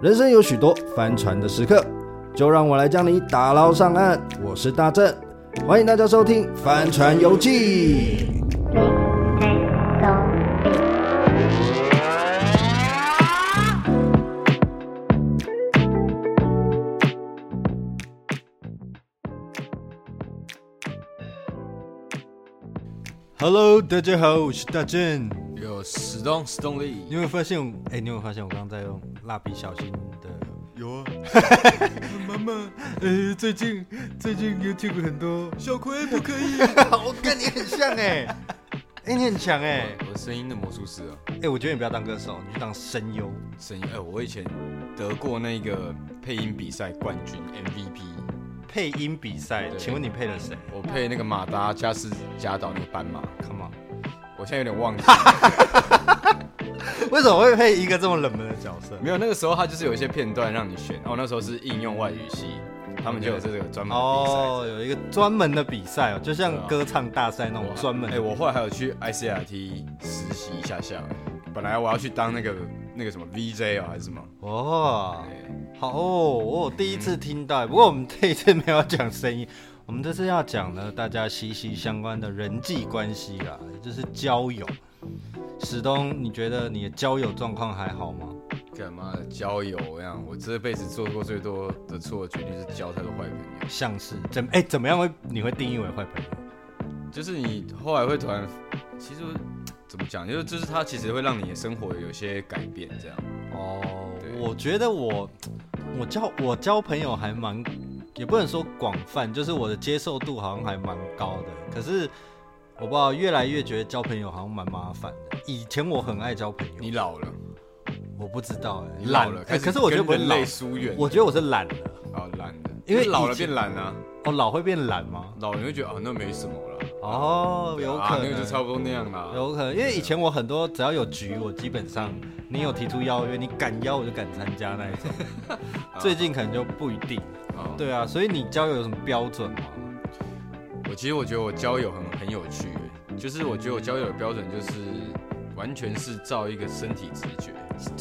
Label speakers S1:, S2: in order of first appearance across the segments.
S1: 人生有许多翻船的时刻，就让我来将你打捞上岸。我是大正，欢迎大家收听《帆船游记》。Hello，大家好，我是大正。
S2: 有史东史东力
S1: 你，有没有发现我？哎、你有没有发现我刚刚在用蜡笔小新的？
S2: 有啊，妈妈，
S1: 呃，最近最近 YouTube 很多，
S2: 小葵不可以，
S1: 我跟你很像哎、哎、你很强哎、
S2: 我声音的魔术师啊，
S1: 哎、我觉得你不要当歌手，你去当声优。
S2: 声音，哎、我以前得过那个配音比赛冠军 MVP，
S1: 配音比赛，
S2: 对
S1: 请问你配了谁
S2: 我配那个马达加斯加岛那个斑马，
S1: ？Come on，
S2: 我现在有 点忘记，
S1: 为什么会配一个这么冷门的角色？
S2: 没有，那个时候他就是有一些片段让你选，然哦后那时候是应用外语系，他们就有这个专门的比赛。
S1: 哦，有一个专门的比赛哦，就
S2: 对
S1: 像
S2: 啊
S1: 歌唱大赛那种
S2: 我
S1: 哦专门
S2: 哎、
S1: 的。
S2: 我后来还有去 ICRT 实习一下下，本来我要去当那个那个什么 VJ 啊、还是什么，
S1: 哇，
S2: 哎
S1: 好哦，我第一次听到，不过我们这一次没有讲声音，我们这次要讲呢，大家息息相关的人际关系啦，也就是交友。史东，你觉得你的交友状况还好吗？
S2: 干嘛的交友一样，我这辈子做过最多的错的决定就是交太多坏朋友。
S1: 像是怎哎、怎么样会你会定义为坏朋友？
S2: 就是你后来会突然，其实怎么讲，就是就是它其实会让你的生活有些改变，这样。
S1: 哦，
S2: 对
S1: 我觉得我我交我交朋友还蛮，也不能说广泛，就是我的接受度好像还蛮高的。可是我不知道，越来越觉得交朋友好像蛮麻烦的。以前我很爱交朋友，
S2: 你老了，
S1: 我不知道哎、
S2: 你
S1: 欸，
S2: 老
S1: 了
S2: 了，、
S1: 哎
S2: 开始
S1: 可是我觉得
S2: 跟
S1: 不会
S2: 人
S1: 老
S2: 类，疏远，
S1: 我觉得我是懒了。
S2: 啊懒的，
S1: 因为
S2: 就是老了
S1: 以前
S2: 变懒啊，
S1: 哦，老会变懒吗？
S2: 老人会觉得啊那没什么了，
S1: 哦，
S2: 对啊
S1: 有可
S2: 那个就
S1: 能。
S2: 差不多那样啦。
S1: 有可能，因为以前我很多只要有局，我基本上你有提出邀约，你敢邀我就敢参加那一 种。
S2: 啊
S1: 最近可能就不一定。
S2: 啊，
S1: 对啊，所以你交友有什么标准吗？
S2: 我其实我觉得我交友很很有趣，欸就是我觉得我交友的标准就是完全是照一个身体直觉，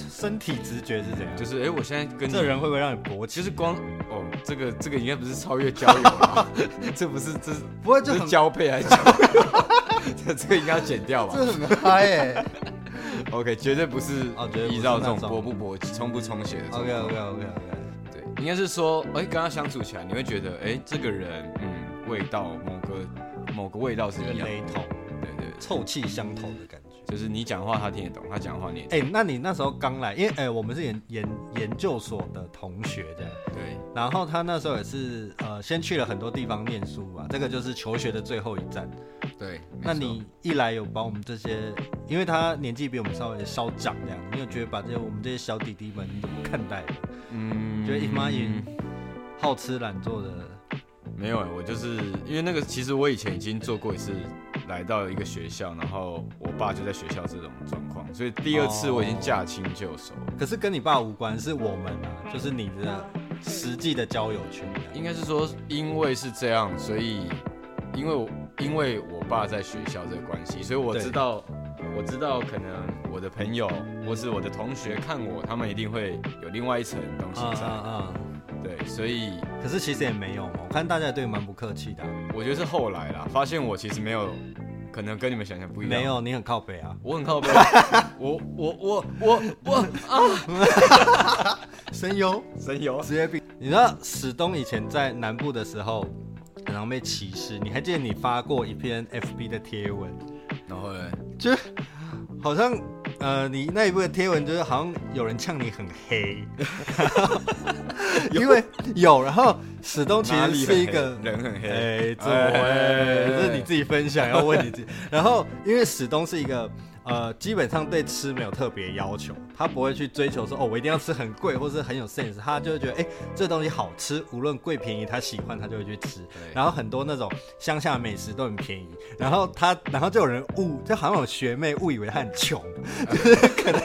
S1: 身体直觉是怎样？
S2: 就是哎、我现在跟你
S1: 这人会不会让你勃起？
S2: 其实光哦，这个这个应该不是超越交友 啦，这不是这是
S1: 不会，
S2: 这是交配 还是交友？ 这 这个应该要剪掉吧
S1: 很嗨 哎、
S2: ？OK，绝对不是
S1: 哦绝对不是
S2: 依照这种
S1: 那种哦
S2: 勃不勃起、充不充血的状
S1: OK
S2: 况。
S1: OK OK OK。
S2: 对，应该是说，哎、跟他相处起来，你会觉得，哎、这个人，嗯，味道某个某个味道是
S1: 这个
S2: 一样的，
S1: 雷同，
S2: 对对对，
S1: 臭气相投的感觉。
S2: 就是你讲话他听得懂，他讲话你也听
S1: 哎、那你那时候刚来，因为哎、我们是研研研究所的同学这样，
S2: 对，
S1: 然后他那时候也是呃，先去了很多地方念书吧，这个就是求学的最后一站。
S2: 对，没
S1: 那
S2: 错
S1: 你一来有把我们这些，因为他年纪比我们稍微稍长这样，你有觉得把这些我们这些小弟弟们你怎么看待的？
S2: 嗯
S1: 觉得姨妈也好吃懒做的，
S2: 没有、欸，我就是因为那个，其实我以前已经做过一次，来到一个学校，然后我爸就在学校这种状况，所以第二次
S1: 哦
S2: 我已经驾轻就熟。
S1: 可是跟你爸无关，是我们啊，就是你的实际的交友圈啊。
S2: 应该是说，因为是这样，所以因为我因为我爸在学校这个关系，所以我
S1: 对
S2: 知道我知道可能我的朋友或是我的同学看我，他们一定会有另外一层东西
S1: 啊
S2: 在，
S1: 啊
S2: 对，所以
S1: 啊！可是其实也没有嘛，我看大家也对你蛮不客气的啊、
S2: 我觉得是后来啦，发现我其实没有，可能跟你们想象不一样，
S1: 没有，你很靠北啊。
S2: 我很靠 背，我我我我我啊，嗯
S1: 声优
S2: 神游
S1: 职业病。你知道史东以前在南部的时候，很常被歧视。你还记得你发过一篇 FB 的贴文，
S2: 然后呢，
S1: 就是好像呃，你那一部的贴文就是好像有人呛你很 黑， 因为有，然后史东其
S2: 哪
S1: 实
S2: 里
S1: 是一
S2: 很
S1: 个
S2: 黑人很黑，
S1: 哎，这我哎，这是你自己分享，要问你自己。 然后，因为史东是一个呃，基本上对吃没有特别要求，他不会去追求说哦，我一定要吃很贵或是很有 sense，他就会觉得哎，这东西好吃，无论贵便宜，他喜欢他就会去吃。
S2: 对
S1: 然后很多那种乡下美食都很便宜，然后他，然后就有人误，就好像有学妹误以为他很穷， 就是可能，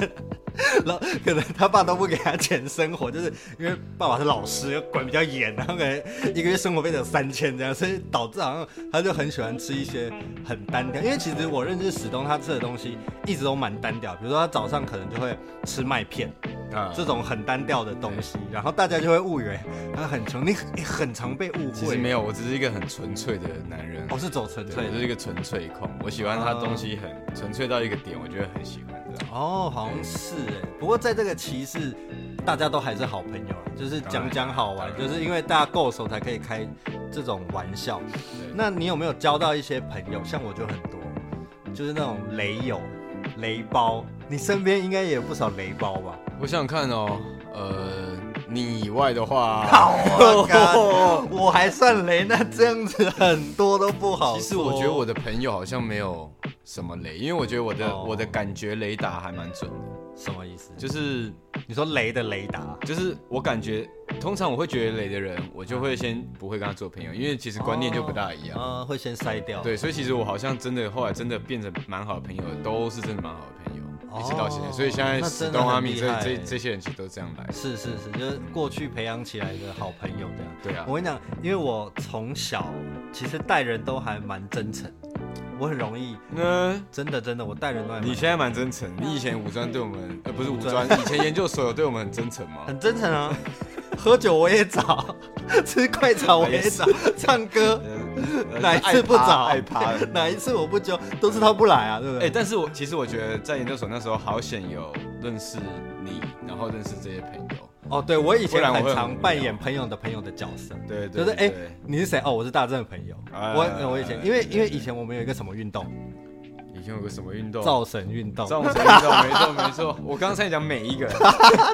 S1: 然后可能他爸都不给他钱生活，就是因为爸爸是老师，管比较严，然后可能一个月生活费只有三千这样，所以导致好像他就很喜欢吃一些很单调，因为其实我认识史东，他吃的东西一直都蛮单调，比如说他早上可能就会吃麦片
S2: 啊
S1: 这种很单调的东西，然后大家就会误以为他很穷，你你很常被误
S2: 其实
S1: 会
S2: 没。有，我只是一个很纯粹的男人。
S1: 我是走哦纯
S2: 对
S1: 粹
S2: 我
S1: 的
S2: 是一个纯粹控，我喜欢他东西很纯粹到一个点，我觉得很喜欢这样。
S1: 哦，好像是哎。不过在这个歧视，大家都还是好朋友啦，就是讲讲好玩，
S2: 当然
S1: 就是因为大家够熟才可以开这种玩笑。
S2: 对
S1: 那你有没有交到一些朋友？像我就很多，就是那种雷友、雷包。你身边应该也有不少雷包吧？
S2: 我想想看哦，呃，你以外的话，
S1: 我靠，我还算雷，那这样子很多都不好说。
S2: 其实我觉得我的朋友好像没有什么雷，因为我觉得我的、
S1: 哦
S2: 我的感觉雷达还蛮准的，
S1: 什么意思？
S2: 就是
S1: 你说雷的雷达，
S2: 就是我感觉，通常我会觉得雷的人，我就会先不会跟他做朋友，因为其实观念就不大一样。
S1: 啊、会先筛掉。，
S2: 对，所以其实我好像真的后来真的变成蛮好的朋友，都是真的蛮好的朋友，
S1: 哦
S2: 一直到现在。所以现在
S1: 那
S2: 史
S1: 真的
S2: 东
S1: 很
S2: 阿米
S1: 厉
S2: 这
S1: 害
S2: 这这些人其实都这样来的。
S1: 是是是，就是过去培养起来的好朋友这样。
S2: 对啊
S1: 我，跟你讲，因为我从小其实待人都还蛮真诚，我很容易，
S2: 嗯，
S1: 真的真的，我待人都还蛮
S2: 你现在蛮真诚，你以前五专对我 们，呃，不是五专，以前研究所有对我们很真诚吗？
S1: 很真诚啊。喝酒我也找， 吃快炒我也找，唱歌
S2: 呃
S1: 哪一次不找
S2: 爱趴爱趴的。
S1: 哪一次我不揪，都是他不来啊，对不
S2: 哎、
S1: 对？
S2: 但是我其实我觉得在研究所那时候好险有认识你，然后认识这些朋友。
S1: 哦，对我以
S2: 不
S1: 前
S2: 然我
S1: 很
S2: 会很
S1: 常
S2: 无
S1: 扮
S2: 聊
S1: 演朋友的朋友的角色。
S2: 对
S1: 就是
S2: 对对，
S1: 哎、
S2: 对
S1: 你是谁？哦，我是大正的朋友。
S2: 哎
S1: 我呃我以前因为因为以前我们有一个什么运动，
S2: 以前有个什么运动？
S1: 造神运动，
S2: 造神运动，没错没错。我刚才讲每一个人，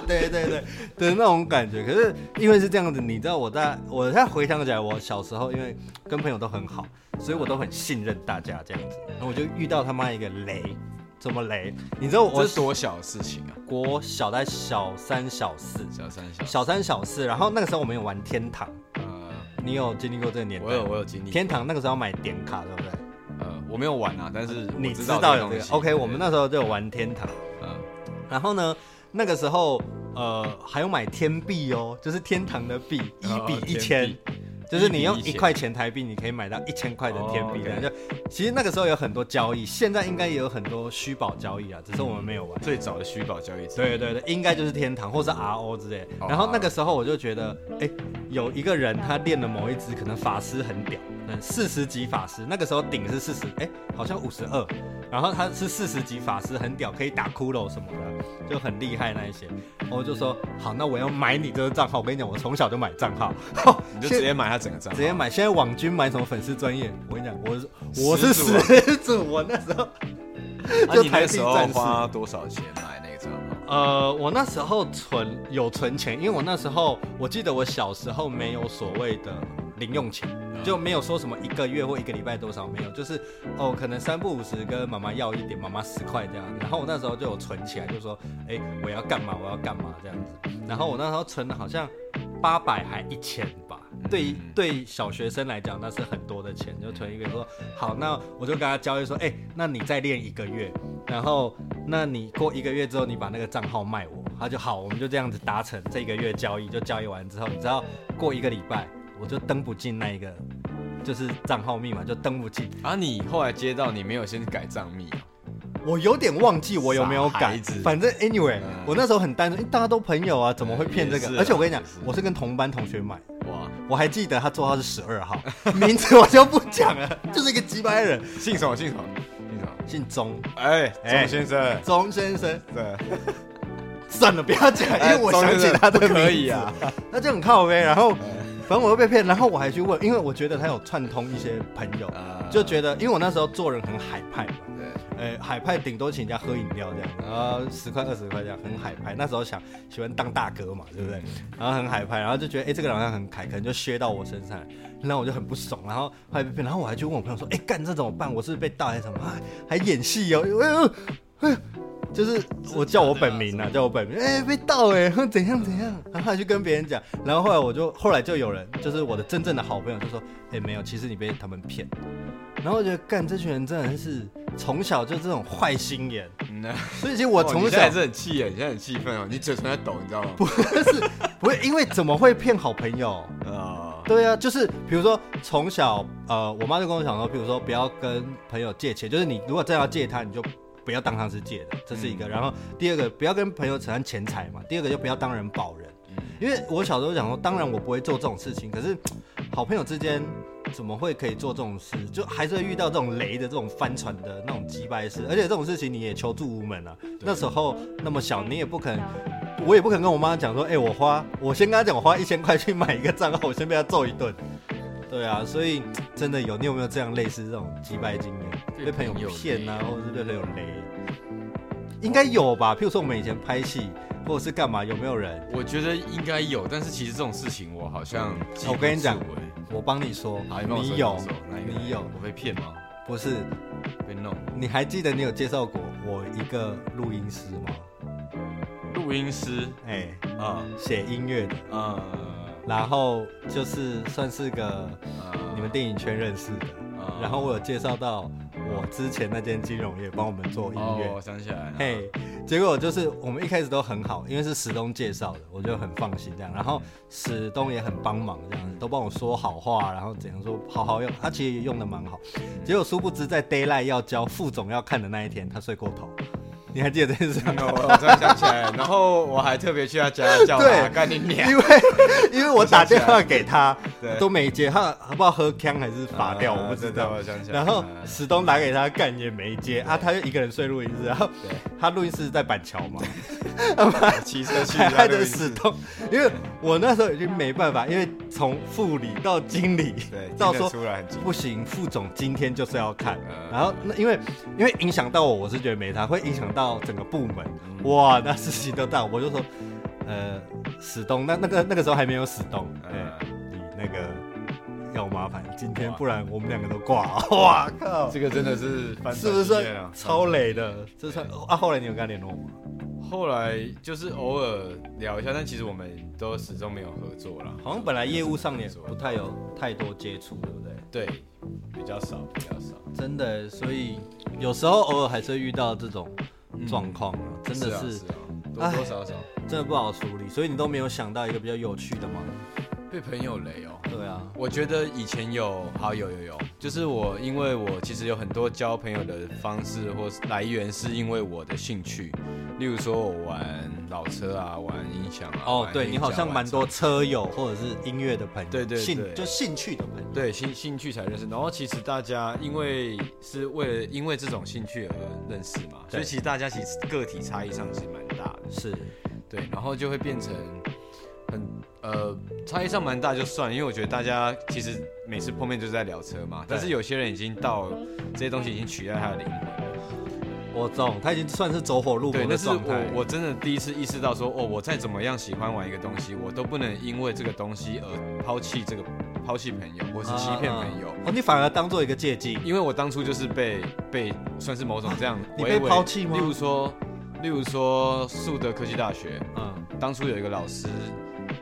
S1: 对对对的那种感觉。可是因为是这样子，你知道我在我在回想起来，我小时候因为跟朋友都很好，所以我都很信任大家这样子。然后我就遇到他妈一个雷，怎么雷？你知道 我
S2: 这是多小的事情啊！
S1: 国小在小三小四，
S2: 小三小
S1: 小三小四，然后那个时候我们有玩天堂，
S2: 呃，
S1: 你有经历过这个年代吗？
S2: 我有我有经历。
S1: 天堂那个时候要买点卡，对不对？
S2: 呃，我没有玩啊，但是
S1: 你
S2: 我
S1: 知
S2: 道
S1: 道有
S2: 有
S1: 这个？OK，我们那时候就有玩天堂。
S2: 嗯
S1: 然后呢，那个时候呃还有买天币哦，就是天堂的币，一
S2: 哦
S1: 比一
S2: 天
S1: 千
S2: 币。
S1: 就是你用
S2: 一比一
S1: 一
S2: 千
S1: 块钱台币，你可以买到一千块的天币，
S2: 哦
S1: 这样
S2: OK
S1: 就其实那个时候有很多交易，现在应该也有很多虚宝交易啊，只是我们没有玩。
S2: 最早的虚宝交易之一
S1: 对对对，应该就是天堂或是 RO 之类的。
S2: 哦
S1: 然后那个时候我就觉得，哎，有一个人他练了某一支，可能法师很屌，嗯，四十级法师，那个时候顶是四十，哎，好像五十二，然后他是四十级法师，很屌，可以打骷髅什么的，就很厉害那一些。我就说，好，那我要买你这个账号。我跟你讲，我从小就买账号，
S2: 你就直接买他整个账号，啊
S1: 直接买。现在网军买什么粉丝专业，我跟你讲，我是我是
S2: 始祖啊
S1: 始祖，我那时候
S2: 啊
S1: 就
S2: 你那
S1: 台币
S2: 时候
S1: 战士
S2: 花多少钱买那个账号？
S1: 呃，我那时候存有存钱，因为我那时候我记得我小时候没有所谓的零用钱，
S2: 嗯
S1: 就没有说什么一个月或一个礼拜多少没有，就是哦，可能三不五十跟妈妈要一点，妈妈十块这样。然后我那时候就有存起来，就说哎、我要干嘛，我要干嘛这样子。然后我那时候存了好像八百还一千吧，对于
S2: 嗯
S1: 对小学生来讲那是很多的钱，就存一个月说好，那我就跟他交易说，哎、那你再练一个月，然后那你过一个月之后你把那个账号卖我，他就好，我们就这样子达成这个月交易，就交易完之后，你知道过一个礼拜我就登不进那一个。就是账号密码就登不进，
S2: 啊，你后来接到你没有先改账密啊？
S1: 我有点忘记我有没有
S2: 傻
S1: 改
S2: 啊孩子，
S1: 反正 anyway，、
S2: 嗯
S1: 我那时候很单纯，因为大家都朋友啊，怎么会骗这
S2: 也是
S1: 个？
S2: 啊
S1: 而且我跟你讲
S2: 也是，
S1: 我是跟同班同学买，
S2: 哇，
S1: 我还记得他座号是十二号， 名字我就不讲 了，就是一个鸡巴人，
S2: 姓什么？姓什么？姓什么？
S1: 姓钟，
S2: 哎，
S1: 哎
S2: 钟先生，
S1: 钟先生。
S2: 对，哎
S1: 算了，不要讲，哎因为我想起他的名字，
S2: 可以啊，
S1: 他就很靠背。然后，反正我又被骗，然后我还去问，因为我觉得他有串通一些朋友，
S2: 啊
S1: 就觉得，因为我那时候做人很海派嘛，
S2: 对
S1: 呃，海派顶多请人家喝饮料这样，然后啊十块二十块这样，很海派。那时候想喜欢当大哥嘛，对不对？然后很海派，然后就觉得哎、这个人好像很凯，可能就削到我身上来，然后我就很不爽，然后后来被骗，然后我还去问我朋友说，哎、干这怎么办？我是不是被盗还是什么？啊还演戏哦， 哎呦，哎呦就是我叫我本名啊，叫我本名，哎、被盗哎、 哼怎样怎样，然后还去跟别人讲，然后后来我就后来就有人，就是我的真正的好朋友就说，哎、没有，其实你被他们骗。然后我觉得干这群人真的是从小就这种坏心眼，
S2: 嗯那
S1: 所以其实我
S2: 哇
S1: 从
S2: 哦你现
S1: 小
S2: 在是很气耶，你现在很气愤哦，你嘴唇在抖，你知道吗？
S1: 不是不是因为怎么会骗好朋友？
S2: 啊，
S1: 对啊，就是比如说从小呃，我妈就跟我讲说，比如说不要跟朋友借钱，就是你如果真的要借他，你就不要当他是借的，这是一个。然后第二个，不要跟朋友扯上钱财嘛。第二个，就不要当人保人，
S2: 嗯
S1: 因为我小时候讲说，当然我不会做这种事情，可是好朋友之间怎么会可以做这种事？就还是会遇到这种雷的、这种翻船的那种击败事，而且这种事情你也求助无门啊。那时候那么小，你也不肯。我也不肯跟我妈讲说，哎、我花，我先跟她讲，我花一千块去买一个账号，我先被她揍一顿。对啊，所以真的有，你有没有这样类似这种击败经验？被
S2: 被
S1: 朋友
S2: 朋友
S1: 骗啊，
S2: 雷
S1: 或者是被朋友雷，应该有吧？譬如说我们以前拍戏或者是干嘛，有没有人？
S2: 我觉得应该有，但是其实这种事情我好像记不
S1: 哦我跟你讲
S2: 住哎
S1: 我帮你说
S2: 好，，帮我
S1: 你
S2: 说
S1: 有
S2: 帮我说哪一个，
S1: 你有，
S2: 我被骗吗？
S1: 不是？
S2: 被弄？
S1: 你还记得你有介绍过我一个录音师吗？
S2: 录音师
S1: 哎、
S2: 啊，
S1: 写音乐的，
S2: 呃
S1: 然后就是算是个
S2: 呃，
S1: 你们电影圈认识的，
S2: 啊
S1: 然后我有介绍到我之前那间金融业帮我们做音
S2: 哦，
S1: 乐
S2: 我，想起来了，
S1: 嘿，结果就是我们一开始都很好，因为是史东介绍的，我就很放心这样。然后史东也很帮忙这样子，都帮我说好话，然后怎样说好好用，他其实也用的蛮好。
S2: 嗯
S1: 结果殊不知在 d a y l i g h t 要交副总要看的那一天，他睡过头。你还记得这 件事吗？
S2: 嗯我我突然想起来了，然后我还特别去他家叫他
S1: 对
S2: 干你娘，
S1: 因为因为我打电话给他
S2: 啊对
S1: 都没接，他不知道喝呛还是发掉，
S2: 啊
S1: 我不知道
S2: 对。我想起来
S1: 然
S2: 了，
S1: 后
S2: 嗯
S1: 史东打给他干也没接啊，他就一个人睡录音室，然后
S2: 对，
S1: 他录音室在板桥嘛，
S2: 我骑车去
S1: 还
S2: 他
S1: 害
S2: 的
S1: 得
S2: 录音
S1: 史
S2: 室，
S1: 东，因为我那时候已经没办法，因为从副理到经理，
S2: 对，
S1: 到
S2: 听得
S1: 说
S2: 出来很紧，
S1: 不行，副总今天就是要看
S2: 嗯，
S1: 然后那因为因为影响到我，我是觉得没他会影响到整个部门，
S2: 嗯
S1: 哇，那事情都大，我就说，呃，史东那那个那个时候还没有史东，哎。
S2: 嗯
S1: 你那个要麻烦，今天
S2: 哇
S1: 不然我们两个都挂了。哇靠，
S2: 这个真的是翻
S1: 是
S2: 转
S1: 不是
S2: 经验啊
S1: 算超累的？这算啊？后来你有跟他联络吗？
S2: 后来就是偶尔聊一下，但其实我们都始终没有合作啦。
S1: 好像本来业务上也
S2: 没有合
S1: 不
S2: 作
S1: 太有太多接触，对不对？
S2: 对，比较少，比较少。
S1: 真的，所以有时候偶尔还是会遇到这种状况啊，真的
S2: 是
S1: 是
S2: 啊啊多多少少
S1: 真的不好处理。所以你都没有想到一个比较有趣的吗？
S2: 被朋友雷哦。
S1: 对啊，
S2: 我觉得以前有，好有有有，就是我，因为我其实有很多交朋友的方式或是来源，是因为我的兴趣，例如说我玩老车啊，玩音响啊。
S1: 哦
S2: 玩，
S1: 对你好像蛮多
S2: 玩
S1: 车友或者是音乐的朋友，
S2: 对对对
S1: 兴就兴趣的朋友，
S2: 对兴兴趣才认识，然后其实大家因为是为了因为这种兴趣而认识嘛，所
S1: 对
S2: 以其实大家其实个体差异上是蛮大的，
S1: 是
S2: 对，然后就会变成很呃差异上蛮大就算，因为我觉得大家其实每次碰面就是在聊车嘛，但是有些人已经到这些东西已经取代他的灵魂了，
S1: 我懂，他已经算是走火入魔
S2: 对，
S1: 的
S2: 那是
S1: 状态
S2: 我。我真的第一次意识到说，哦，我再怎么样喜欢玩一个东西，我都不能因为这个东西而抛弃这个抛弃朋友，或是欺骗朋友。
S1: 啊啊哦，你反而当做一个借镜，
S2: 因为我当初就是被被算是某种这样
S1: 你
S2: 微微
S1: 被抛弃吗
S2: 例如说，例如说树德科技大学，
S1: 嗯
S2: 当初有一个老师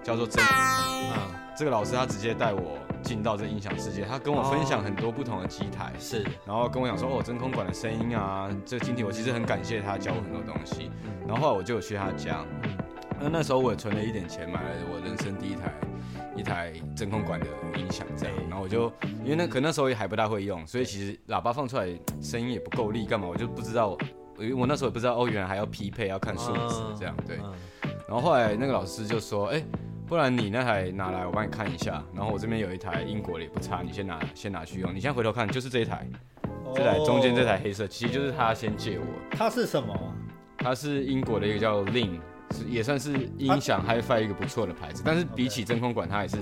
S2: 叫做曾，
S1: 嗯，
S2: 这个老师他直接带我进到这音响世界，他跟我分享很多不同的机台，
S1: 是
S2: 然后跟我讲说哦真空管的声音啊，这个晶体我其实很感谢他教我很多东西，然后后来我就有去他家，那那时候我也存了一点钱买了我人生第一台。一台真空管的音响这样
S1: 哎，
S2: 然后我就因为那可那时候也还不大会用，所以其实喇叭放出来声音也不够力，干嘛我就不知道，我我那时候也不知道哦，原来还要匹配要看数值这样对。
S1: 嗯
S2: 然后后来那个老师就说：“哎、不然你那台拿来，我帮你看一下。然后我这边有一台英国的也不差，你先拿先拿去用。你先回头看，就是这一台，这台中间这
S1: 哦
S2: 台，黑色，其实就是他先借我。
S1: 它是什么？
S2: 它是英国的一个叫 Lin，是也算是音响 HiFi 一个不错的牌子，但是比起真空管，它也是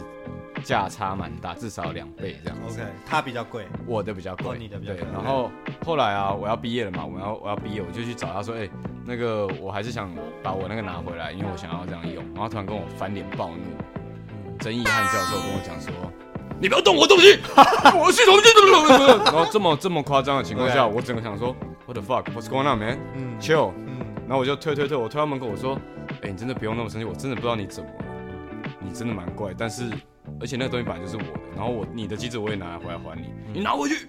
S2: 价差蛮大，至少两倍这样子。
S1: OK，它比较贵，
S2: 我的比较
S1: 哦
S2: 贵，
S1: 你的比较贵
S2: 对。然后后来啊，我要毕业了嘛，我要我要毕业，我就去找他说，哎、那个我还是想把我那个拿回来，因为我想要这样用。然后他突然跟我翻脸暴怒，曾义汉教授跟我讲说，你不要动我东西，我系统就然后这么这么夸张的情况下，
S1: 对
S2: 我整个想说，What the fuck，What's going on man？Chill。
S1: 嗯嗯，
S2: 然后我就推推推，我推到门口，我说：“哎、你真的不用那么生气，我真的不知道你怎么了，你真的蛮怪，但是而且那个东西本来就是我的，然后我你的机子我也拿回来还你，
S1: 嗯
S2: 你拿回去，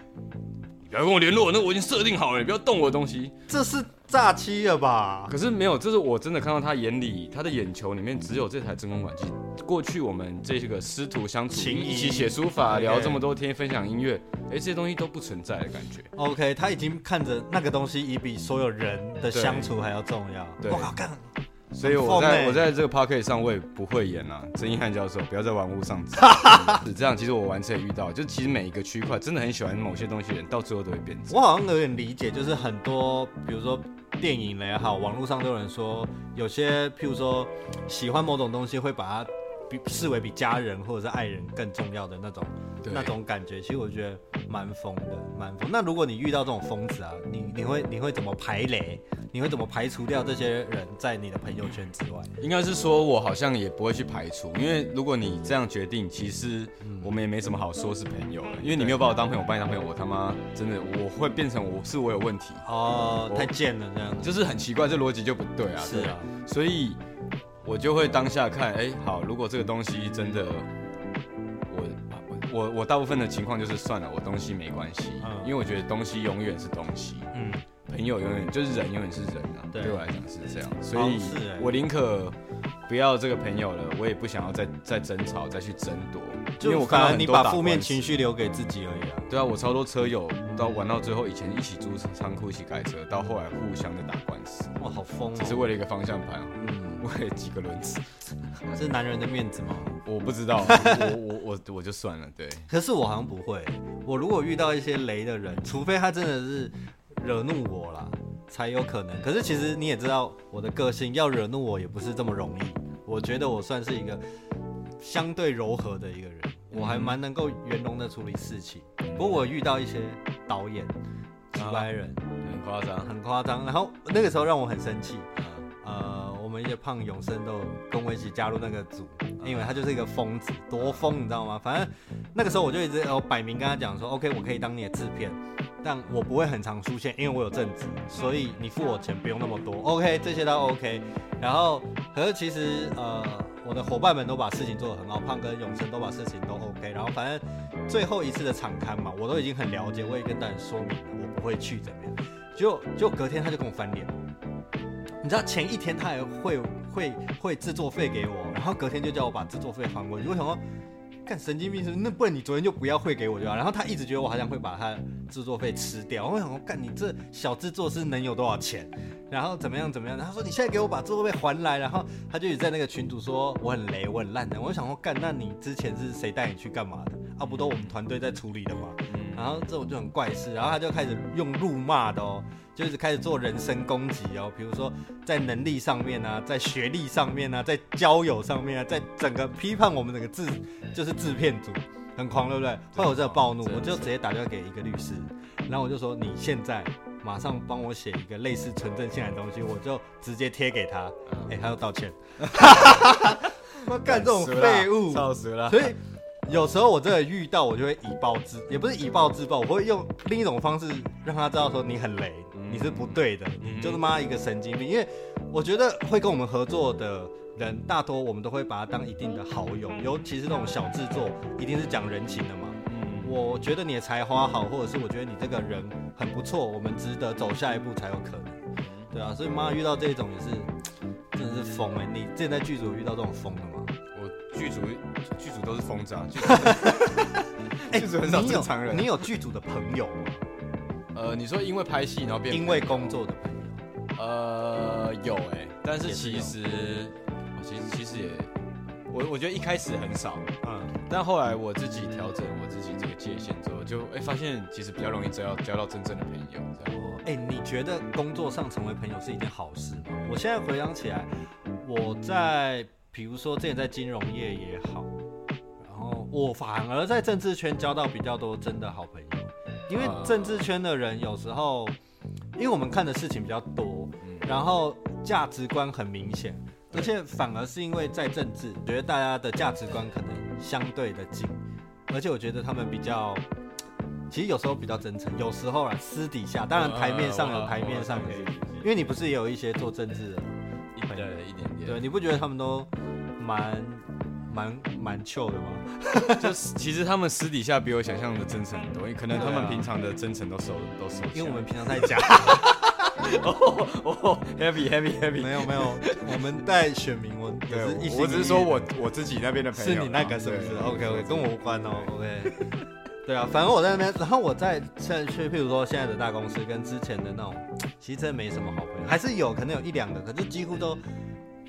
S2: 你不要跟我联络，那我已经设定好了，你不要动我的东西。
S1: 这是诈欺了吧？
S2: 可是没有，这是我真的看到他眼里，他的眼球里面只有这台真空管机过去我们这个师徒相处，
S1: 情谊
S2: 一起写书法，
S1: 对
S2: 聊这么多天，分享音乐，哎，这些东西都不存在的感觉。
S1: OK，他已经看着那个东西，已比所有人的
S2: 对
S1: 相处还要重要。
S2: 对
S1: 我靠，干！
S2: 所以
S1: 很
S2: 我
S1: 疯
S2: 在
S1: 欸
S2: 我在这个 p a r k e t 上我也不会演啊，曾一汉教授，不要再玩物 丧志。是这样，其实我玩车也遇到，就其实每一个区块真的很喜欢某些东西的人，到最后都会变质。
S1: 我好像有点理解，就是很多，比如说电影也好，网络上都有人说，有些譬如说喜欢某种东西，会把它比视为比家人或者是爱人更重要的那种
S2: 对
S1: 那种感觉。其实我觉得蛮疯的，蛮疯。那如果你遇到这种疯子啊，你你会你会怎么排雷？你会怎么排除掉这些人在你的朋友圈之外？
S2: 应该是说，我好像也不会去排除，因为如果你这样决定，其实
S1: 嗯
S2: 我们也没什么好说是朋友了，因为你没有把我当朋友，我把你当朋友，我他妈真的我会变成我是我有问题，
S1: 哦，
S2: 我
S1: 太贱了这样子。
S2: 就是很奇怪，这逻辑就不对啊。
S1: 是啊，
S2: 对，所以我就会当下看，哎、好，如果这个东西真的，我我我大部分的情况就是算了，我东西没关系，
S1: 嗯
S2: 因为我觉得东西永远是东西，
S1: 嗯，
S2: 朋友永远就是人，永远是人啊。
S1: 对
S2: 对我来讲是这样，所
S1: 好
S2: 以
S1: 像是欸
S2: 我宁可不要这个朋友了，我也不想要再再争吵，再去争夺。因为
S1: 就
S2: 我看
S1: 反
S2: 到
S1: 而
S2: 很
S1: 你
S2: 多
S1: 把
S2: 打
S1: 负面
S2: 官司
S1: 情绪留给自己而已啊。
S2: 对啊，我超多车友到玩到最后，以前一起租仓库、一起改车，到后来互相的打官司，
S1: 哇，好疯哦！
S2: 只是为了一个方向盘，
S1: 嗯，
S2: 为了几个轮子，
S1: 是男人的面子吗？
S2: 我不 知道，我我我我就算了。对，
S1: 可是我好像不会，我如果遇到一些雷的人，除非他真的是惹怒我啦，才有可能。可是其实你也知道，我的个性要惹怒我也不是这么容易。我觉得我算是一个相对柔和的一个人，我还
S2: 嗯
S1: 蛮能够圆融的处理事情。不过我遇到一些导演、
S2: 啊
S1: 几百人，
S2: 很夸张。
S1: 很夸张，然后那个时候让我很生气。
S2: 嗯
S1: 呃，我们一些胖永生都有跟我一起加入那个组，因为他就是一个疯子，多疯你知道吗？反正那个时候我就一直我摆明跟他讲说，OK，我可以当你的制片，但我不会很常出现，因为我有正职，所以你付我钱不用那么多，OK，这些都 OK。然后，可是其实呃，我的伙伴们都把事情做得很好，胖跟永生都把事情都 OK。然后反正最后一次的场刊嘛，我都已经很了解，我也跟大家说明了，我不会去怎么样。结果结果隔天他就跟我翻脸。你知道前一天他还会会会制作费给我，然后隔天就叫我把制作费还回去。我想说，干神经病是不是？那不然你昨天就不要汇给我就好。然后他一直觉得我好像会把他制作费吃掉。我想说，干你这小制作师能有多少钱？然后怎么样怎么样？然后他说你现在给我把制作费还来。然后他就一直在那个群主说我很雷，我很烂的。我就想说，干那你之前是谁带你去干嘛的？啊，不都我们团队在处理的吗？
S2: 嗯
S1: 然后这种就很怪事，然后他就开始用辱骂的哦，就一直开始做人身攻击哦，比如说在能力上面啊，在学历上面啊，在交友上面啊，在整个批判我们整个制就是制片组很狂，对不对？后来我真的暴怒，
S2: 真的
S1: 我就直接打电话给一个律师，然后我就说你现在马上帮我写一个类似纯正性的东西，我就直接贴给他，
S2: 嗯
S1: 哎、他又道歉， 我干这种废物，
S2: 操死了！
S1: 所以有时候我真的遇到，我就会以暴制，也不是以暴制暴，我会用另一种方式让他知道说你很雷，
S2: 嗯
S1: 你是不对的，
S2: 嗯
S1: 你就是妈一个神经病。因为我觉得会跟我们合作的人，大多我们都会把他当一定的好友，尤其是那种小制作，一定是讲人情的嘛。
S2: 嗯
S1: 我觉得你的才华好，或者是我觉得你这个人很不错，我们值得走下一步才有可能。
S2: 嗯
S1: 对啊，所以妈遇到这种也是，真的是疯哎、你之前在剧组有遇到这种疯的吗？
S2: 我剧组剧组都是疯子啊， 剧组
S1: 哎
S2: 剧组很少正常人啊
S1: 你有你有剧组的朋友 吗？
S2: 呃，你说因为拍戏然后变
S1: 因为工作的朋友，
S2: 呃有哎、但是
S1: 也是有
S2: 其实我其实其实也我我觉得一开始很少，
S1: 嗯，
S2: 但后来我自己调整我自己这个界限之后，就哎、发现其实比较容易交到交到真正的朋友这样。
S1: 哎、你觉得工作上成为朋友是一件好事吗？我现在回想起来，我在比如说之前在金融业也好，然后我反而在政治圈交到比较多真的好朋友，因为
S2: 啊
S1: 政治圈的人有时候，因为我们看的事情比较多，
S2: 嗯
S1: 然后价值观很明显，而
S2: 对
S1: 且反而是因为在政治，觉得大家的价值观可能相对的近，而且我觉得他们比较，其实有时候比较真诚，有时候啊私底下，当然台面
S2: 啊
S1: 上有台面上的，因为你不是也有一些做政治的，
S2: 一点一点点，
S1: 对，你不觉得他们都蛮蛮蛮 chill 的吗？
S2: 就是其实他们私底下比我想象的真诚很多，因为可能他
S1: 对啊
S2: 们平常的真诚都收都收起来。
S1: 因为我们平常在家，
S2: 哦哦，heavy heavy heavy，
S1: 没有没有，我们带选民，我只
S2: 对
S1: 是一，心
S2: 我我只是说
S1: 一意
S2: 我我自己那边的朋友
S1: 是
S2: 啦，
S1: 你那个是不是
S2: 对
S1: ？OK OK，跟我无关哦。OK，对 啊，反正我在那边，然后我在现在去，譬如说现在的大公司跟之前的那种，其实真的没什么好朋友，还是有可能有一两个，可是几乎都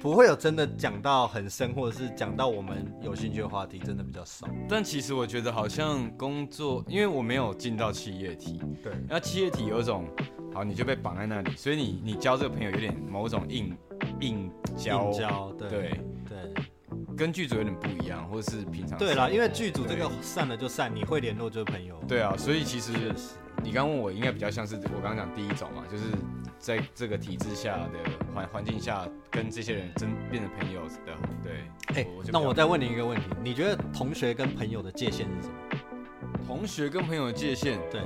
S1: 不会有真的讲到很深，或者是讲到我们有兴趣的话题，真的比较少。
S2: 但其实我觉得好像工作，因为我没有进到企业体，
S1: 对，
S2: 然后企业体有一种，好你就被绑在那里，所以你你交这个朋友有点某种硬硬交，
S1: 硬交，对
S2: 对，
S1: 对
S2: 跟剧组有点不一样，或者是平常
S1: 对啦，因为剧组这
S2: 对
S1: 个散了就散，你会联络就是朋友。
S2: 对啊，所以其
S1: 嗯确
S2: 实
S1: 实，
S2: 你刚问我应该比较像是我刚刚讲第一种嘛，就是在这个体制下的环环境下跟这些人真变成朋友的，对。
S1: 哎、
S2: 就比
S1: 那
S2: 较
S1: 我再问你一个问题，你觉得同学跟朋友的界限是什么？
S2: 同学跟朋友的界限，
S1: 对，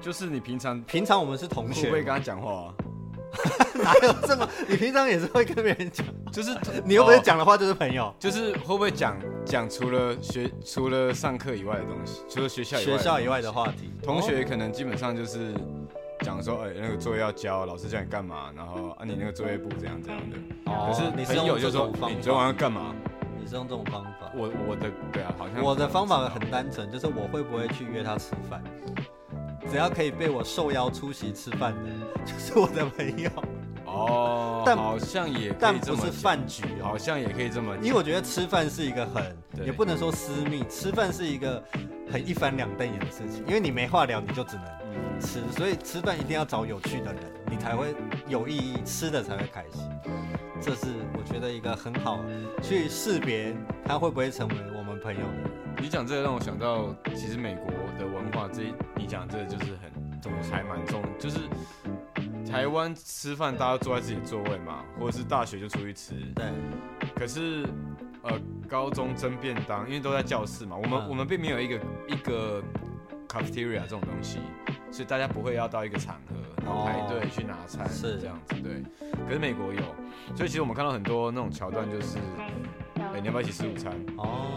S2: 就是你平常
S1: 平常我们是同
S2: 会
S1: 学
S2: 不会跟他讲话、啊？
S1: 哪有这么？你平常也是会跟别人讲，
S2: 就是
S1: 你又不是
S2: 哦
S1: 讲的话就是朋友。
S2: 就是会不会讲讲除了学除了上课以外的东西，除了学校以外
S1: 学
S2: 的
S1: 校以
S2: 东
S1: 外
S2: 西
S1: 的话题，
S2: 同学可能基本上就是讲说，哎、那个作业要交，老师叫你干嘛，然后啊你那个作业簿怎样怎样的。
S1: 哦，
S2: 可是
S1: 你是
S2: 朋友
S1: 用
S2: 就
S1: 这
S2: 说哎
S1: 种方
S2: 你昨天晚
S1: 法，
S2: 上干嘛？
S1: 你是用这种方法。
S2: 我我的对啊，好像
S1: 我的方法很单纯，就是我会不会去约他吃饭，只要可以被我受邀出席吃饭的，就是我的朋友，
S2: 哦，
S1: 但
S2: 好像也可
S1: 但
S2: 以这
S1: 不
S2: 么
S1: 是
S2: 讲，
S1: 饭局哦。
S2: 好像也可以这么讲，
S1: 因为我觉得吃饭是一个很，
S2: 对
S1: 也不能说私密，吃饭是一个很一翻两瞪眼的事情，因为你没话聊，你就只能
S2: 嗯
S1: 吃，所以吃饭一定要找有趣的人，你才会有意义，吃的才会开心。这是我觉得一个很好去识别他会不会成为我们朋友的人。
S2: 你讲这个让我想到，其实美国的文化这一你讲这个就是很重，还蛮重，就是台湾吃饭大家都坐在自己的座位嘛，或者是大学就出去吃，
S1: 对，
S2: 可是呃高中蒸便当，因为都在教室嘛，我们、
S1: 嗯
S2: 我们并没有一个一个 cafeteria 这种东西，所以大家不会要到一个场合然后
S1: 哦
S2: 排队去拿餐
S1: 是
S2: 这样子，对。可是美国有，所以其实我们看到很多那种桥段，就是哎、你要不要一起吃午餐？
S1: 哦，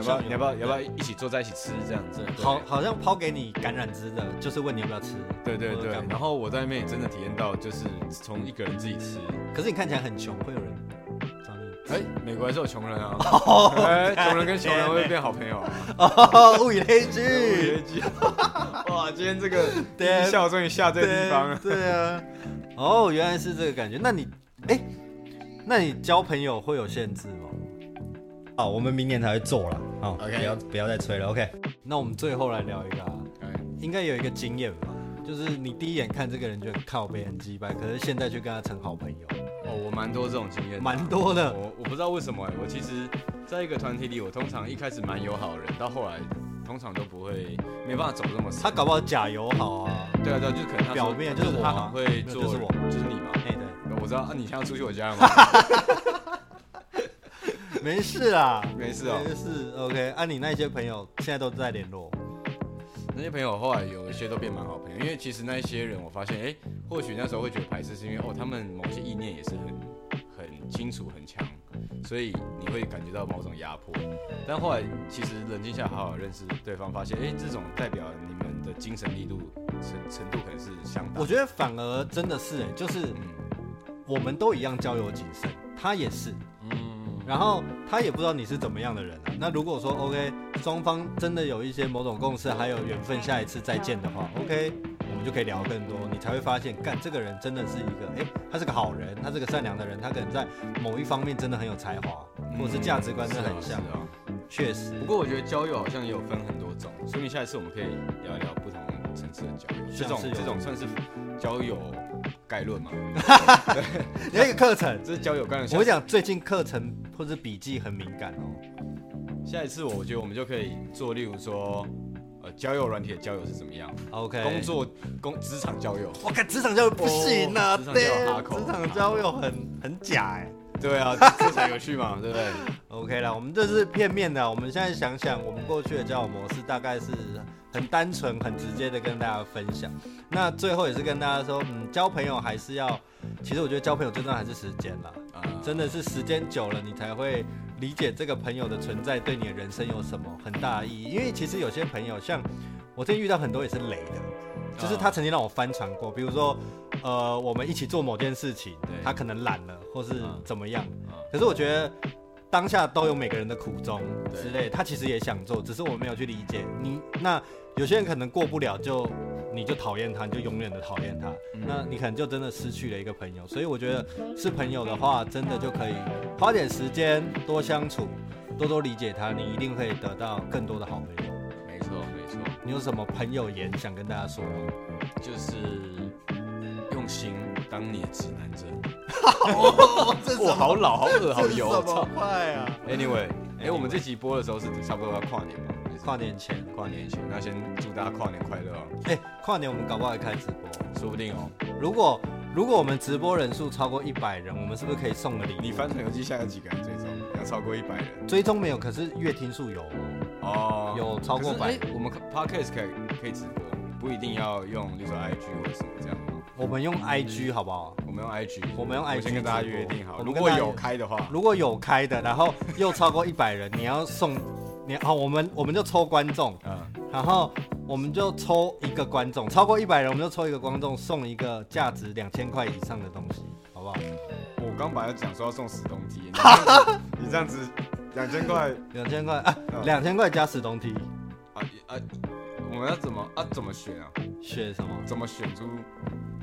S1: 好
S2: 要不要
S1: 像
S2: 你要不要你要不要一起坐在一起吃这样子？对
S1: 好，好像抛给你橄榄枝的，就是问你要不要吃。
S2: 对对
S1: 或者
S2: 对
S1: 干。嘛
S2: 然后我在那边也真的体验到，就是从一个人自己吃，
S1: 可是你看起来很穷，会有人找你？
S2: 哎、美国还是有穷人 啊，哎、穷人跟穷人会变好朋友啊。
S1: 哦， 物以类聚
S2: 学。姐， 哇，今天这个
S1: 哎 对
S2: 音效终于下这个地方了。
S1: 对对啊，哦，原来是这个感觉。那你，哎、那你交朋友会有限制吗？好，我们明年才会做了。好
S2: OK
S1: 不要不要再吹了。OK，那我们最后来聊一个、啊，应该有一个经验吧，就是你第一眼看这个人就很靠背、很鸡掰，可是现在却跟他成好朋友，
S2: 哦，我蛮多这种经验的，
S1: 蛮多的。
S2: 我我不知道为什么、哎，我其实在一个团体里，我通常一开始蛮友好的人，到后来通常都不会，没办法走这么深
S1: 他。搞不好假友好啊。
S2: 对啊，对啊，就是可能他说
S1: 表面就是我
S2: 他
S1: 啊
S2: 很会
S1: 没有
S2: 做，
S1: 就是我
S2: 就是你嘛。
S1: 哎、对，
S2: 我知道，啊，你现在要出去我家了吗？
S1: 没事啦，
S2: 没事哦
S1: 没事。OK，啊，你那些朋友现在都在联络，
S2: 那些朋友后来有一些都变蛮好朋友，因为其实那一些人，我发现，哎、或许那时候会觉得排斥，是因为哦，他们某些意念也是很很清楚、很强，所以你会感觉到某种压迫。但后来其实冷静下来，好好认识对方，发现，哎、这种代表你们的精神力度程程度可能是相当。
S1: 我觉得反而真的是、哎，就是。我们都一样交友谨慎，他也是，
S2: 嗯，
S1: 然后他也不知道你是怎么样的人啊。那如果说 OK，双方真的有一些某种共识，还有缘分，下一次再见的话，OK，我们就可以聊更多，你才会发现，干这个人真的是一个，哎，他是个好人，他是个善良的人，他可能在某一方面真的很有才华，或者是价值观真的很像
S2: 嗯是。啊。是啊
S1: 确实，
S2: 不过我觉得交友好像也有分很多种，说明下一次我们可以聊一聊不同层次的交友。这
S1: 像
S2: 种
S1: 是有
S2: 这种算是交友概论嘛？
S1: 有一个课程，
S2: 这是交友概论。
S1: 我跟你讲，最近课程或者笔记很敏感哦。
S2: 下一次我觉得我们就可以做，例如说，呃，交友软体的交友是怎么样，
S1: OK，
S2: 工作工职场 交友。
S1: 我看职场交友不行啊，
S2: 哦职场交友
S1: 对
S2: 哈口
S1: 职场交友很很假哎、
S2: 对啊， 这这才有趣嘛， 对不对？
S1: OK 啦，我们这是片面的啊。我们现在想想，我们过去的交友模式大概是很单纯、很直接的跟大家分享。那最后也是跟大家说，嗯，交朋友还是要，其实我觉得交朋友最重要还是时间啦。
S2: 啊、
S1: 真的是时间久了，你才会理解这个朋友的存在对你的人生有什么很大的意义。因为其实有些朋友，像我之前遇到很多也是雷的，就是他曾经让我翻船过，比如说。呃，我们一起做某件事情
S2: 对，
S1: 他可能懒了，或是
S2: 嗯
S1: 怎么样。
S2: 嗯
S1: 可是我觉得当下都有每个人的苦衷
S2: 对
S1: 之类，他其实也想做，只是我们没有去理解你。那有些人可能过不了就。你就讨厌他，你就永远的讨厌他，
S2: 嗯
S1: 那你可能就真的失去了一个朋友。所以我觉得是朋友的话，真的就可以花点时间多相处，多多理解他，你一定会得到更多的好朋友。
S2: 没错没错，
S1: 你有什么朋友言想跟大家说吗？
S2: 就是用心当你的指南 针。
S1: 哦这
S2: 哇，好老，好恶，好
S1: 这是
S2: 油，
S1: 什
S2: 操
S1: 么！快啊！
S2: Anyway，哎、
S1: Anyway
S2: 我们这集播的时候是差不多要跨年嘛？还是
S1: 跨年前，
S2: 跨年前，那先祝大家跨年快乐哦！
S1: 哎、跨年我们搞不好也开直播。
S2: 说不定哦，
S1: 如果如果我们直播人数超过一百人，我们是不是可以送个礼物？
S2: 你翻转游记下有几个人追踪？要超过一百人
S1: 追踪没有，可是月听数有哦。
S2: 哦
S1: 有超过
S2: 可是
S1: 100
S2: 哎我们 Podcast 可以可以直播，不一定要用，例如说 IG 或者什么这样吗？
S1: 我们用 IG 好不好？
S2: 我们用 IG，
S1: 我们用 IG
S2: 先跟大家约定好，
S1: 直播我们
S2: 如
S1: 跟
S2: 果
S1: 大家
S2: 有开的话，
S1: 如果有开的，然后又超过一百人，你要送，你好，我们我们就抽观众，
S2: 嗯，
S1: 然后我们就抽一个观众，超过一百人我们就抽一个观众，送一个价值两千块以上的东西，好不好？
S2: 我刚本来讲说要送史东 基，你这样子你这样子两千块
S1: 两千块啊
S2: 嗯，
S1: 两千块加十东梯，
S2: 啊啊，我们要怎么啊怎么选啊？
S1: 选什么？
S2: 怎么选出？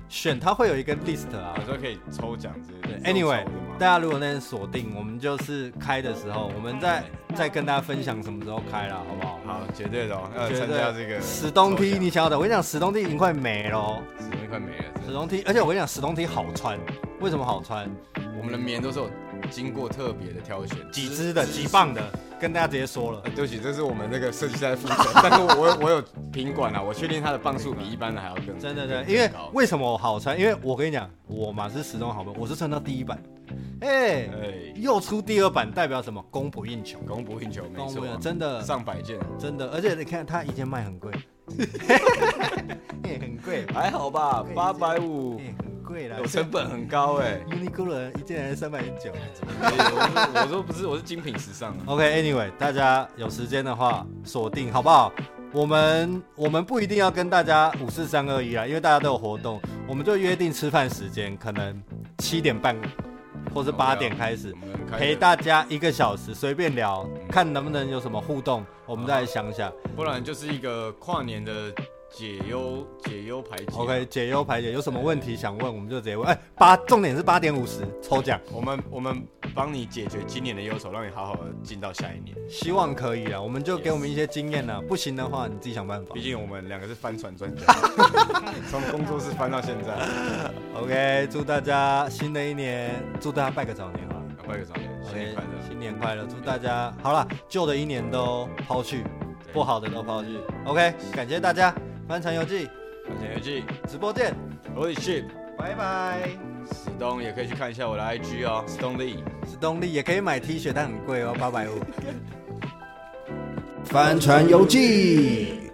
S1: 选它会有一个 list 啊
S2: 有。时候可以抽奖之类
S1: 对
S2: 的。
S1: Anyway，
S2: 用抽的吗
S1: 大家如果那天锁定，我们就是开的时候，我们再再跟大家分享什么时候开了，好不好？
S2: 好，绝对的哦，要
S1: 我觉
S2: 参
S1: 得
S2: 加这个
S1: 史东
S2: 抽
S1: 梯，
S2: 奖
S1: 你想要的，我跟你讲，史东梯已经快没喽。
S2: 史东梯快没了，真
S1: 史
S2: 的
S1: 东梯，而且我跟你讲，史东梯好穿，为什么好穿？
S2: 我们的棉都是有经过特别的挑选，
S1: 几支的，几。磅的，跟大家直接说了
S2: 呃，对不起，这是我们那个设计师在负责，但是我我我有品管啊，我确定它的磅数比一般的还要更
S1: 真的
S2: 更
S1: 对，因为
S2: 更高
S1: 为什么我好穿？因为我跟你讲，我嘛是始终好朋友，我是穿到第一版，哎、
S2: 哎，
S1: 又出第二版，代表什么？供不应求，
S2: 供不应求，没
S1: 供
S2: 错
S1: 不应
S2: 啊
S1: 求，，真的
S2: 上百件，
S1: 真的，而且你看它一件卖很 贵，也很贵，
S2: 还好吧，
S1: 对
S2: 八百五，
S1: 也很贵啦。。
S2: 有成本很高哎
S1: Uniqlo 一件三百九。
S2: 哎我说我说不是，我是精品时尚啊。
S1: OK，Anyway，、大家有时间的话锁定好不好？我们我们不一定要跟大家五四三二一啊啦，因为大家都有活动，我们就约定吃饭时间，可能七点半或是八点开始
S2: 我，们哦啊开个
S1: 陪，大家一个小时，随便聊，
S2: 嗯啊
S1: 看能不能有什么互动，我们再来想想。
S2: 不然就是一个跨年的解忧解忧排解啊。
S1: OK，解忧排解，有什么问题想问我们就直接问。哎、八，重点是八点五十抽奖，
S2: 我们我们帮你解决今年的忧愁，让你好好的进到下一年。
S1: 希望可以啊，我们就给我们一些经验啊啦，不行的话你自己想办法
S2: 毕。竟我们两个是帆船专家， 从工作室翻到现在，
S1: OK，祝大家新的一年，祝大家拜个早年啊
S2: 两百个专家，新年
S1: OK，
S2: 快乐！
S1: 新年快乐，祝大家好啦，旧的一年都抛去，
S2: 对
S1: 不，好的都抛去。OK，感谢大家，帆船游记
S2: 小游记
S1: 直播见，
S2: ，Holy shit！
S1: 拜拜。
S2: 史东也可以去看一下我的 IG 哦，史东力。
S1: 是动力也可以买 T 恤，但很贵哦，八百五。帆船游记。